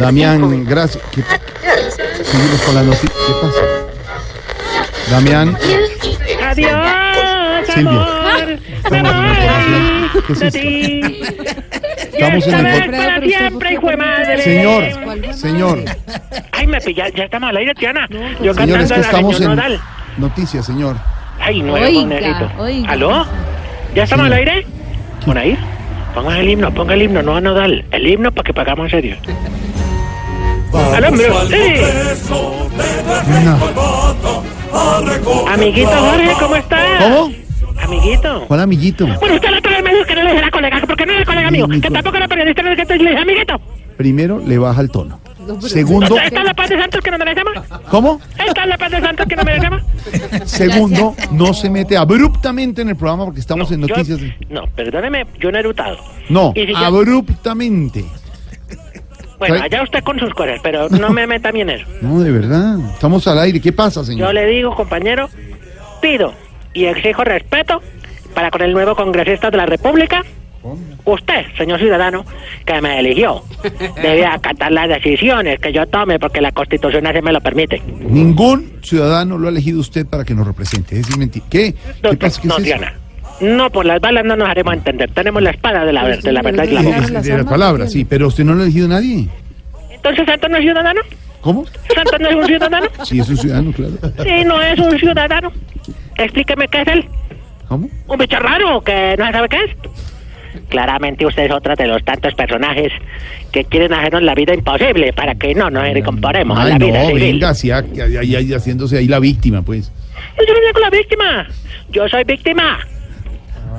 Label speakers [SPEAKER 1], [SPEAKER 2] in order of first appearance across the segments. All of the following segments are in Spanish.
[SPEAKER 1] Damián, gracias. ¿Qué- Seguimos hablando así. ¿Qué pasa? Damián,
[SPEAKER 2] Adiós,
[SPEAKER 1] Silvia. Ah,
[SPEAKER 2] amor.
[SPEAKER 1] Estamos en una
[SPEAKER 2] Amor
[SPEAKER 1] ¿Qué es
[SPEAKER 2] de
[SPEAKER 1] esto?
[SPEAKER 2] ti.
[SPEAKER 1] Estamos en
[SPEAKER 2] Esta
[SPEAKER 1] el
[SPEAKER 2] vez
[SPEAKER 1] cor-
[SPEAKER 2] para siempre, hijo de madre.
[SPEAKER 1] Señor, señor,
[SPEAKER 2] Ay, me pilla, ya estamos al aire, Tiana. Yo
[SPEAKER 1] señor, es pues
[SPEAKER 2] cantando
[SPEAKER 1] que
[SPEAKER 2] a la
[SPEAKER 1] estamos
[SPEAKER 2] señor
[SPEAKER 1] en
[SPEAKER 2] Nodal.
[SPEAKER 1] noticias, señor.
[SPEAKER 2] Ay, nuevo
[SPEAKER 3] Oiga,
[SPEAKER 2] negrito.
[SPEAKER 3] oiga.
[SPEAKER 2] ¿Aló? ¿Ya estamos
[SPEAKER 1] Sí.
[SPEAKER 2] al aire? ¿Por ahí? Ponga el himno, ponga el himno, no a Nodal. El himno para que pagamos en serio. ¿Aló, hombre? Sí.
[SPEAKER 1] Nena,
[SPEAKER 2] Amiguito Jorge, ¿cómo estás?
[SPEAKER 1] ¿Cómo?
[SPEAKER 2] Amiguito.
[SPEAKER 1] ¿Cuál amiguito?
[SPEAKER 2] Bueno, usted el otro día me dijo que no le dijera colega, porque no era colega mío, que tampoco era periodista, no es que le dije amiguito.
[SPEAKER 1] Primero, le baja el tono. Segundo,
[SPEAKER 2] ¿Está en la paz de Santos que no me la llama?
[SPEAKER 1] ¿cómo?
[SPEAKER 2] ¿Está en la paz de Santos que no me la llama?
[SPEAKER 1] Segundo, no se mete abruptamente en el programa porque estamos en
[SPEAKER 2] Yo-
[SPEAKER 1] noticias.
[SPEAKER 2] no, perdóneme, yo no he erutado.
[SPEAKER 1] No, Ah,
[SPEAKER 2] Y si ya-
[SPEAKER 1] abruptamente.
[SPEAKER 2] Bueno,
[SPEAKER 1] Soy-
[SPEAKER 2] allá usted con sus cosas, pero no me meta bien eso.
[SPEAKER 1] No, de verdad. Estamos al aire. ¿Qué pasa,
[SPEAKER 2] Yo
[SPEAKER 1] señor?
[SPEAKER 2] le digo, compañero, pido y exijo respeto para con el nuevo congresista de la República. Usted, señor ciudadano, que me eligió, debe acatar las decisiones que yo tome porque la Constitución así me lo permite.
[SPEAKER 1] Ningún ciudadano lo ha elegido usted para que nos represente. Es decir, mentira. ¿Qué? ¿Qué
[SPEAKER 2] No,
[SPEAKER 1] pasa? ¿Qué
[SPEAKER 2] no,
[SPEAKER 1] es eso?
[SPEAKER 2] Diana. No, por las balas no nos haremos entender. Tenemos la espada de la, ver- de la verdad y la
[SPEAKER 1] Pues Sí,
[SPEAKER 2] voz.
[SPEAKER 1] de las palabras, sí, pero usted no lo ha elegido nadie.
[SPEAKER 2] Entonces, ¿Santos no es ciudadano?
[SPEAKER 1] ¿Cómo?
[SPEAKER 2] ¿Santos no es un ciudadano?
[SPEAKER 1] Sí, es un ciudadano, claro.
[SPEAKER 2] Sí, no es un ciudadano. Explíqueme qué es él.
[SPEAKER 1] ¿Cómo?
[SPEAKER 2] ¿Un bicho raro que no se sabe qué es? Claramente usted es otro de los tantos personajes que quieren hacernos la vida imposible para que no nos recomponemos a
[SPEAKER 1] Ay,
[SPEAKER 2] la
[SPEAKER 1] no,
[SPEAKER 2] vida civil.
[SPEAKER 1] venga, sí, ah, ahí- ahí- ahí haciéndose ahí la víctima, pues.
[SPEAKER 2] Yo no me hago la víctima. Yo soy víctima.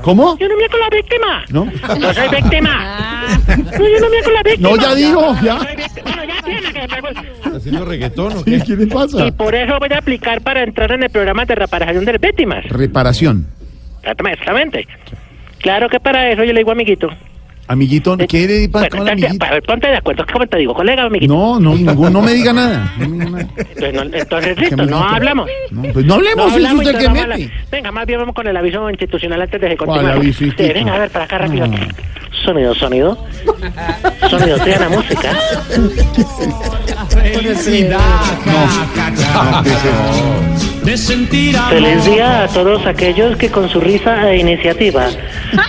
[SPEAKER 1] ¿Cómo?
[SPEAKER 2] Yo no me hago la víctima.
[SPEAKER 1] ¿No?
[SPEAKER 2] Yo soy víctima. No, yo no me hago la víctima.
[SPEAKER 1] No, ya dijo,
[SPEAKER 2] Yo soy
[SPEAKER 1] ya.
[SPEAKER 2] víctima. Bueno, ya tiene que me pregunte.
[SPEAKER 4] ¿Haciendo reggaetón o
[SPEAKER 1] Sí, ¿Qué le pasa?
[SPEAKER 2] Y por eso voy a aplicar para entrar en el programa de reparación de las víctimas.
[SPEAKER 1] Reparación.
[SPEAKER 2] Exactamente. Claro que para eso yo le digo amiguito.
[SPEAKER 1] Amiguito, ¿qué le di para
[SPEAKER 2] Bueno,
[SPEAKER 1] con
[SPEAKER 2] entonces,
[SPEAKER 1] amiguito?
[SPEAKER 2] para ver, ponte de acuerdo, ¿cómo te digo? Colega, amiguito.
[SPEAKER 1] No, no, ningún, no me diga nada. No, me diga nada.
[SPEAKER 2] Entonces, no, entonces,
[SPEAKER 1] Que
[SPEAKER 2] listo,
[SPEAKER 1] me
[SPEAKER 2] no
[SPEAKER 1] mate.
[SPEAKER 2] hablamos.
[SPEAKER 1] No, pues no
[SPEAKER 2] No
[SPEAKER 1] hablemos, es
[SPEAKER 2] hablamos,
[SPEAKER 1] usted
[SPEAKER 2] entonces
[SPEAKER 1] que
[SPEAKER 2] vamos a hablar.
[SPEAKER 1] mete.
[SPEAKER 2] Venga, más bien vamos con el aviso institucional antes de que
[SPEAKER 1] ¿Cuál
[SPEAKER 2] continuemos.
[SPEAKER 1] aviso
[SPEAKER 2] Sí,
[SPEAKER 1] institucional?
[SPEAKER 2] venga, a ver, para acá rápido.
[SPEAKER 1] No.
[SPEAKER 2] Sonido, sonido. sonido, tiene la música. Feliz día a todos aquellos que con su risa e iniciativa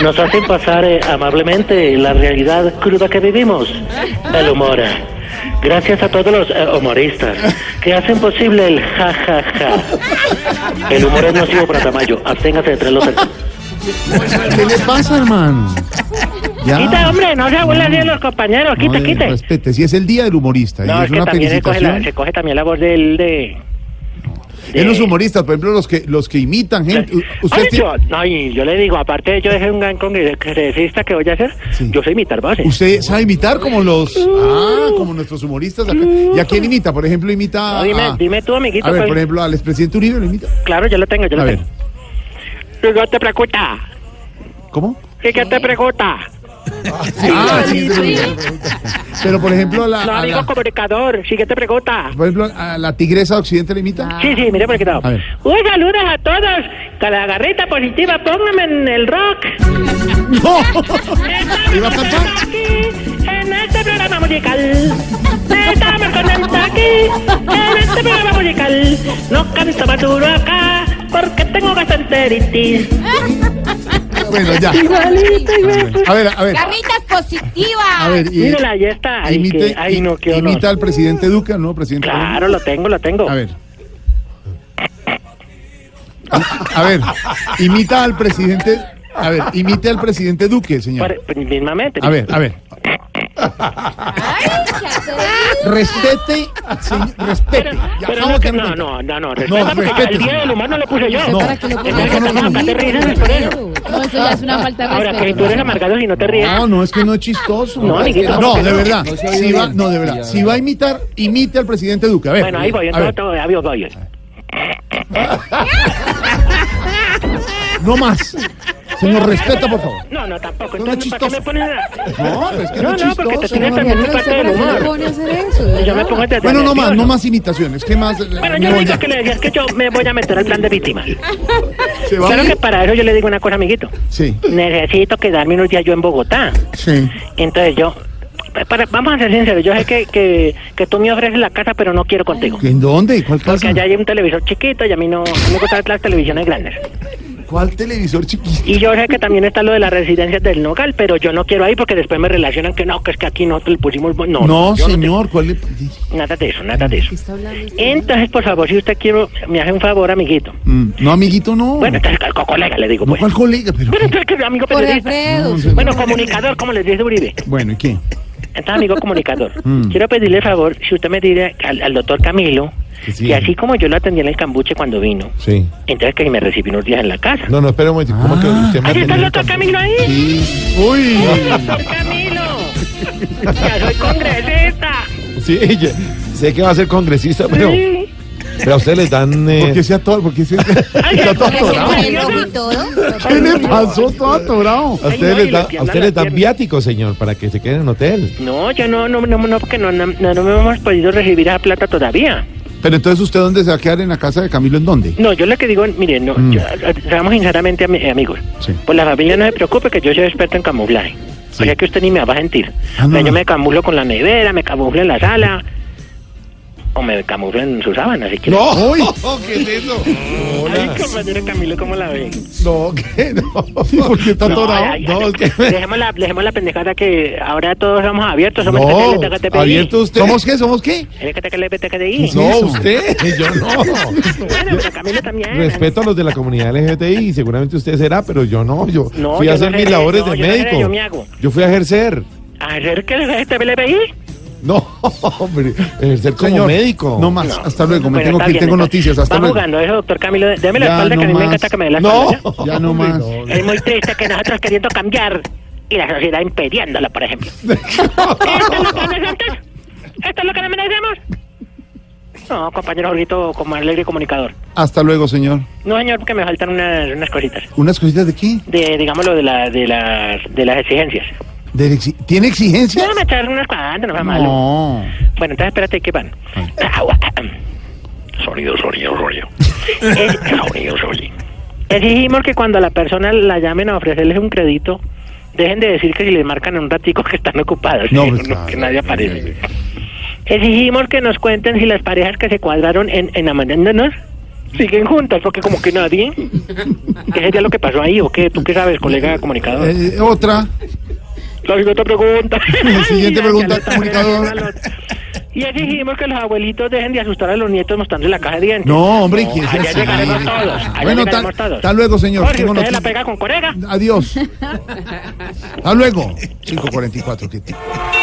[SPEAKER 2] nos hacen pasar eh, amablemente la realidad cruda que vivimos, el humor. Gracias a todos los eh, humoristas que hacen posible el ja ja ja. El humor es nocivo para Tamayo, absténgase de tres los
[SPEAKER 1] ¿Qué le pasa, hermano?
[SPEAKER 2] Quita,
[SPEAKER 1] Ya.
[SPEAKER 2] hombre, no se abuela de los compañeros,
[SPEAKER 1] No,
[SPEAKER 2] quita,
[SPEAKER 1] de-
[SPEAKER 2] quita.
[SPEAKER 1] respete, si es el día del humorista. y
[SPEAKER 2] No,
[SPEAKER 1] pues, es
[SPEAKER 2] es que
[SPEAKER 1] una
[SPEAKER 2] también se coge, la,
[SPEAKER 1] felicitación.
[SPEAKER 2] se coge también la voz del de... de-
[SPEAKER 1] En los humoristas, por ejemplo, los que, los que imitan gente. Eh, u- Usted
[SPEAKER 2] Ay,
[SPEAKER 1] tiene-
[SPEAKER 2] yo, ay, yo le digo, aparte de yo ser un gran congresista que voy a hacer,
[SPEAKER 1] Sí.
[SPEAKER 2] yo soy imitar voces.
[SPEAKER 1] Usted sabe imitar como los. Ah, como nuestros humoristas. Acá. ¿Y a quién imita? Por ejemplo, imita.
[SPEAKER 2] No,
[SPEAKER 1] a-
[SPEAKER 2] dime, dime tú, amiguito.
[SPEAKER 1] A ver,
[SPEAKER 2] pues.
[SPEAKER 1] por ejemplo, al expresidente Uribe lo imita.
[SPEAKER 2] Claro, yo lo tengo, yo
[SPEAKER 1] A
[SPEAKER 2] lo
[SPEAKER 1] ver.
[SPEAKER 2] tengo. Yo te pregunta,
[SPEAKER 1] ¿Cómo?
[SPEAKER 2] ¿qué que te pregunta?
[SPEAKER 1] Ah, sí, se lo imita. Pero por ejemplo, a la,
[SPEAKER 2] No,
[SPEAKER 1] a
[SPEAKER 2] amigo
[SPEAKER 1] la-
[SPEAKER 2] comunicador, sí que te pregunta.
[SPEAKER 1] por ejemplo, a la tigresa de occidente le imita.
[SPEAKER 2] Sí, sí, mire por aquí
[SPEAKER 1] A ver.
[SPEAKER 2] Un saludo a todos. Con la garrita positiva, póngame en el rock.
[SPEAKER 1] ¡No! ¿Iba a
[SPEAKER 2] Estamos
[SPEAKER 1] cantar?
[SPEAKER 2] aquí en este programa musical. Estamos contentos aquí en este programa musical. No canto más duro acá porque tengo gastroenteritis.
[SPEAKER 1] Bueno, ya.
[SPEAKER 2] Igualito, igualito.
[SPEAKER 1] A ver, a ver.
[SPEAKER 3] Carritas
[SPEAKER 1] A
[SPEAKER 3] positivas.
[SPEAKER 1] ver, y-
[SPEAKER 2] Mírala, ahí está. Ay,
[SPEAKER 1] imite-
[SPEAKER 2] que- ay, no, qué honor.
[SPEAKER 1] imita al presidente Duque, al nuevo presidente.
[SPEAKER 2] Claro, lo tengo, lo tengo.
[SPEAKER 1] A ver. A ver, imita al presidente. A ver, imite al presidente Duque, señor.
[SPEAKER 2] Pare- Mismamente.
[SPEAKER 1] A ver, a ver.
[SPEAKER 3] Ay, qué atrevido.
[SPEAKER 1] Respete al señor. Respete. Ya,
[SPEAKER 2] Pero
[SPEAKER 1] vamos
[SPEAKER 2] no,
[SPEAKER 1] a
[SPEAKER 2] que
[SPEAKER 1] quedar
[SPEAKER 2] no,
[SPEAKER 1] en cuenta.
[SPEAKER 2] no, no, no, respeta porque
[SPEAKER 1] respete,
[SPEAKER 2] el día
[SPEAKER 1] señor.
[SPEAKER 2] del humano lo puse yo.
[SPEAKER 1] No.
[SPEAKER 3] Para que lo
[SPEAKER 2] Es verdad que
[SPEAKER 1] No, no, no,
[SPEAKER 2] te-
[SPEAKER 1] no.
[SPEAKER 2] te ríes es por eso.
[SPEAKER 3] No, eso ya es una falta de
[SPEAKER 2] Ah, Ahora, que
[SPEAKER 3] respeto.
[SPEAKER 2] tú eres amargado y no te ríes.
[SPEAKER 1] No, no, es que no es chistoso.
[SPEAKER 2] No, amiguito,
[SPEAKER 1] no,
[SPEAKER 2] ¿cómo que
[SPEAKER 1] de
[SPEAKER 2] no?
[SPEAKER 1] verdad.
[SPEAKER 4] No se ha
[SPEAKER 1] si
[SPEAKER 4] oído
[SPEAKER 1] va,
[SPEAKER 4] bien.
[SPEAKER 1] no, de verdad. Si va a imitar, imite al presidente Duque. A ver.
[SPEAKER 2] Bueno, ahí voy,
[SPEAKER 1] a ver,
[SPEAKER 2] entonces todavía voy.
[SPEAKER 1] No más. Señor, respeta, por favor.
[SPEAKER 2] No, no, tampoco.
[SPEAKER 1] No, no,
[SPEAKER 2] Entonces, ¿para qué me
[SPEAKER 1] chistoso.
[SPEAKER 2] ponen a-
[SPEAKER 1] No, es que no,
[SPEAKER 2] No,
[SPEAKER 1] es
[SPEAKER 2] no, porque te
[SPEAKER 1] chistoso.
[SPEAKER 2] tienes
[SPEAKER 1] no,
[SPEAKER 2] también
[SPEAKER 1] no.
[SPEAKER 2] mi parte del
[SPEAKER 3] ¿Por qué
[SPEAKER 2] humor.
[SPEAKER 3] pone a hacer eso? de
[SPEAKER 2] Yo me
[SPEAKER 3] verdad?
[SPEAKER 2] pongo desde
[SPEAKER 1] Bueno, no más,
[SPEAKER 2] nervioso.
[SPEAKER 1] no más imitaciones. ¿Qué más?
[SPEAKER 2] Bueno, yo
[SPEAKER 1] No,
[SPEAKER 2] lo único
[SPEAKER 1] ya.
[SPEAKER 2] que le decía es que yo me voy a meter al plan de víctimas.
[SPEAKER 1] Se va.
[SPEAKER 2] Claro que para eso yo le digo una cosa, amiguito.
[SPEAKER 1] Sí,
[SPEAKER 2] Necesito quedarme unos días yo en Bogotá.
[SPEAKER 1] sí.
[SPEAKER 2] Entonces yo, para- vamos a ser sinceros, yo sé que, que, que tú me ofreces la casa, pero no quiero contigo.
[SPEAKER 1] ¿En dónde? ¿Cuál
[SPEAKER 2] Porque
[SPEAKER 1] casa?
[SPEAKER 2] allá hay un televisor chiquito y a mí no no me gustan las televisiones grandes.
[SPEAKER 1] ¿Cuál televisor chiquito?
[SPEAKER 2] Y yo sé que también está lo de las residencias del Nogal, pero yo no quiero ahí porque después me relacionan que no, que es que aquí nosotros le pusimos... bo- No,
[SPEAKER 1] No,
[SPEAKER 2] yo te-
[SPEAKER 1] señor, ¿cuál le...
[SPEAKER 2] nada de eso, nada de eso.
[SPEAKER 3] Está hablando usted.
[SPEAKER 2] Entonces, por favor, si usted quiere, me hace un favor, amiguito.
[SPEAKER 1] Mm, No, amiguito, no.
[SPEAKER 2] Bueno, entonces, co- colega, le digo,
[SPEAKER 1] No,
[SPEAKER 2] pues.
[SPEAKER 1] ¿cuál colega? Pero...
[SPEAKER 2] Bueno, entonces, que amigo
[SPEAKER 3] Jorge
[SPEAKER 2] periodista.
[SPEAKER 3] Alfredo.
[SPEAKER 1] sí.
[SPEAKER 2] Bueno, comunicador, como les dice Uribe.
[SPEAKER 1] Bueno, ¿y qué?
[SPEAKER 2] Entonces, amigo comunicador, quiero pedirle el favor, si usted me diría al, al doctor Camilo,
[SPEAKER 4] Que sí.
[SPEAKER 2] que así como yo lo atendí en el cambuche cuando vino,
[SPEAKER 4] Sí.
[SPEAKER 2] entonces que me recibí unos días en la casa.
[SPEAKER 4] No, no, espera un momento. ¿Cómo que usted me
[SPEAKER 2] ¡Ahí está el
[SPEAKER 4] atendió
[SPEAKER 2] doctor
[SPEAKER 4] tan-
[SPEAKER 2] Camilo ahí!
[SPEAKER 1] Uy.
[SPEAKER 2] ¡Doctor Camilo! ¡Ya soy congresista!
[SPEAKER 4] Sí, ella- sé que va a ser congresista, pero,
[SPEAKER 2] Sí.
[SPEAKER 4] pero a usted le dan... eh,
[SPEAKER 1] ¿Por qué se ator- ¿Por qué se
[SPEAKER 2] Ay,
[SPEAKER 1] está
[SPEAKER 2] ay,
[SPEAKER 1] todo
[SPEAKER 2] ay,
[SPEAKER 1] atorado?
[SPEAKER 2] ay,
[SPEAKER 3] Con el ojo y todo.
[SPEAKER 1] ¿Qué le pasó todo atorado?
[SPEAKER 4] a usted
[SPEAKER 2] Ay, no, y
[SPEAKER 4] le
[SPEAKER 2] le
[SPEAKER 4] da-
[SPEAKER 2] tiemblan
[SPEAKER 4] a usted le
[SPEAKER 2] las
[SPEAKER 4] dan
[SPEAKER 2] piernas.
[SPEAKER 4] viático, señor, para que se quede en hotel.
[SPEAKER 2] No, yo no, no, no, no, porque no, no, no, no hemos podido recibir esa plata todavía.
[SPEAKER 1] Pero entonces, ¿usted dónde se va a quedar en la casa de Camilo? ¿En dónde?
[SPEAKER 2] No, yo lo que digo, mire, no, yo- seamos sinceramente ami- eh, amigos.
[SPEAKER 1] Mm. Sí.
[SPEAKER 2] Pues la familia no se preocupe que yo soy experto en camuflaje.
[SPEAKER 1] Sí.
[SPEAKER 2] O sea que usted ni me va a sentir.
[SPEAKER 1] Ah,
[SPEAKER 2] o sea,
[SPEAKER 1] no,
[SPEAKER 2] yo
[SPEAKER 1] no.
[SPEAKER 2] me camuflo con la nevera, me camuflo en la sala. O me camuflo en su sábana, si quiere.
[SPEAKER 1] ¡Uy!
[SPEAKER 4] ¿Qué es eso?
[SPEAKER 2] Ay, compañero Camilo, ¿cómo la ve?
[SPEAKER 1] No, ¿qué? No. Sí, ¿Por qué está atorado?
[SPEAKER 2] ay, ay,
[SPEAKER 1] No, es que...
[SPEAKER 2] dejemos, la, dejemos la pendejada que ahora todos somos abiertos. Somos
[SPEAKER 4] No,
[SPEAKER 2] TKTL, TKTPI.
[SPEAKER 4] abierto usted.
[SPEAKER 1] ¿Somos qué? ¿Somos qué?
[SPEAKER 2] TKTL, TKTI.
[SPEAKER 1] ¿Qué es
[SPEAKER 4] No,
[SPEAKER 1] eso?
[SPEAKER 4] usted. Yo no.
[SPEAKER 2] Bueno, pero Camilo también.
[SPEAKER 4] Respeto a los de la comunidad LGTBI, seguramente usted será, pero yo no. Yo
[SPEAKER 2] No,
[SPEAKER 4] fui
[SPEAKER 2] yo no
[SPEAKER 4] a hacer mis
[SPEAKER 2] seré,
[SPEAKER 4] labores
[SPEAKER 2] no,
[SPEAKER 4] de
[SPEAKER 2] yo no seré,
[SPEAKER 4] médico.
[SPEAKER 2] yo me hago.
[SPEAKER 4] Yo fui a ejercer.
[SPEAKER 2] ¿Ayer que es TKTPI?
[SPEAKER 4] No, hombre, ejercer como
[SPEAKER 1] Señor,
[SPEAKER 4] médico.
[SPEAKER 1] No más. Hasta luego. Me
[SPEAKER 2] Bueno,
[SPEAKER 1] tengo
[SPEAKER 2] está
[SPEAKER 1] que ir.
[SPEAKER 2] bien,
[SPEAKER 1] Tengo
[SPEAKER 2] entonces.
[SPEAKER 1] noticias. Hasta
[SPEAKER 2] Va
[SPEAKER 1] luego.
[SPEAKER 2] jugando eso, doctor Camilo. Deme la
[SPEAKER 1] Ya,
[SPEAKER 2] espalda,
[SPEAKER 1] no
[SPEAKER 2] que a mí me
[SPEAKER 1] más.
[SPEAKER 2] encanta que me dé la
[SPEAKER 4] No.
[SPEAKER 2] espalda. ¿ya?
[SPEAKER 1] Ya no más.
[SPEAKER 2] Es muy triste que nosotros queriendo cambiar y la sociedad impidiéndolo, por ejemplo. ¿Esto es lo que merecemos? ¿Esto es lo que merecemos? No, compañero Jorgito, como alegre comunicador.
[SPEAKER 1] Hasta luego, señor.
[SPEAKER 2] No, señor, porque me faltan unas, unas cositas.
[SPEAKER 1] ¿Unas cositas de qué?
[SPEAKER 2] De, digámoslo, de, la, de, las de las exigencias.
[SPEAKER 1] ¿De exi- ¿Tiene exigencias?
[SPEAKER 2] Déjame echar unas cuantas, no va malo.
[SPEAKER 1] No.
[SPEAKER 2] Bueno, entonces espérate, ¿qué van? Ah, Agua. Sonido, sonido, sonido. Es- sonido, sonido. Eh, Exigimos que cuando a la persona la llamen a ofrecerles un crédito, dejen de decir que si les marcan en un ratico que están ocupados,
[SPEAKER 1] No,
[SPEAKER 2] ¿sí?
[SPEAKER 1] pues,
[SPEAKER 2] No,
[SPEAKER 1] claro.
[SPEAKER 2] que nadie aparece. Exigimos que nos cuenten si las parejas que se cuadraron en, en amándonos siguen juntas, porque como que nadie. ¿Qué sería lo que pasó ahí o qué? ¿Tú qué sabes, colega comunicador?
[SPEAKER 1] Eh, otra.
[SPEAKER 2] La siguiente pregunta.
[SPEAKER 1] La siguiente
[SPEAKER 2] Ay,
[SPEAKER 1] pregunta,
[SPEAKER 2] ya lo está
[SPEAKER 1] comunicador.
[SPEAKER 2] haciendo la otra. Y exigimos que los abuelitos dejen de asustar a los nietos mostrando la caja de dientes.
[SPEAKER 1] No, hombre, ¿y ¿quién
[SPEAKER 2] allá
[SPEAKER 1] se hace?
[SPEAKER 2] llegaremos todos. Allá
[SPEAKER 1] Bueno,
[SPEAKER 2] llegaremos
[SPEAKER 1] ta-
[SPEAKER 2] todos.
[SPEAKER 1] hasta luego, señor.
[SPEAKER 2] Jorge,
[SPEAKER 1] Tengo
[SPEAKER 2] usted se la
[SPEAKER 1] noticias.
[SPEAKER 2] pega con corega.
[SPEAKER 1] Adiós. Hasta luego. 544. ¿qué tal?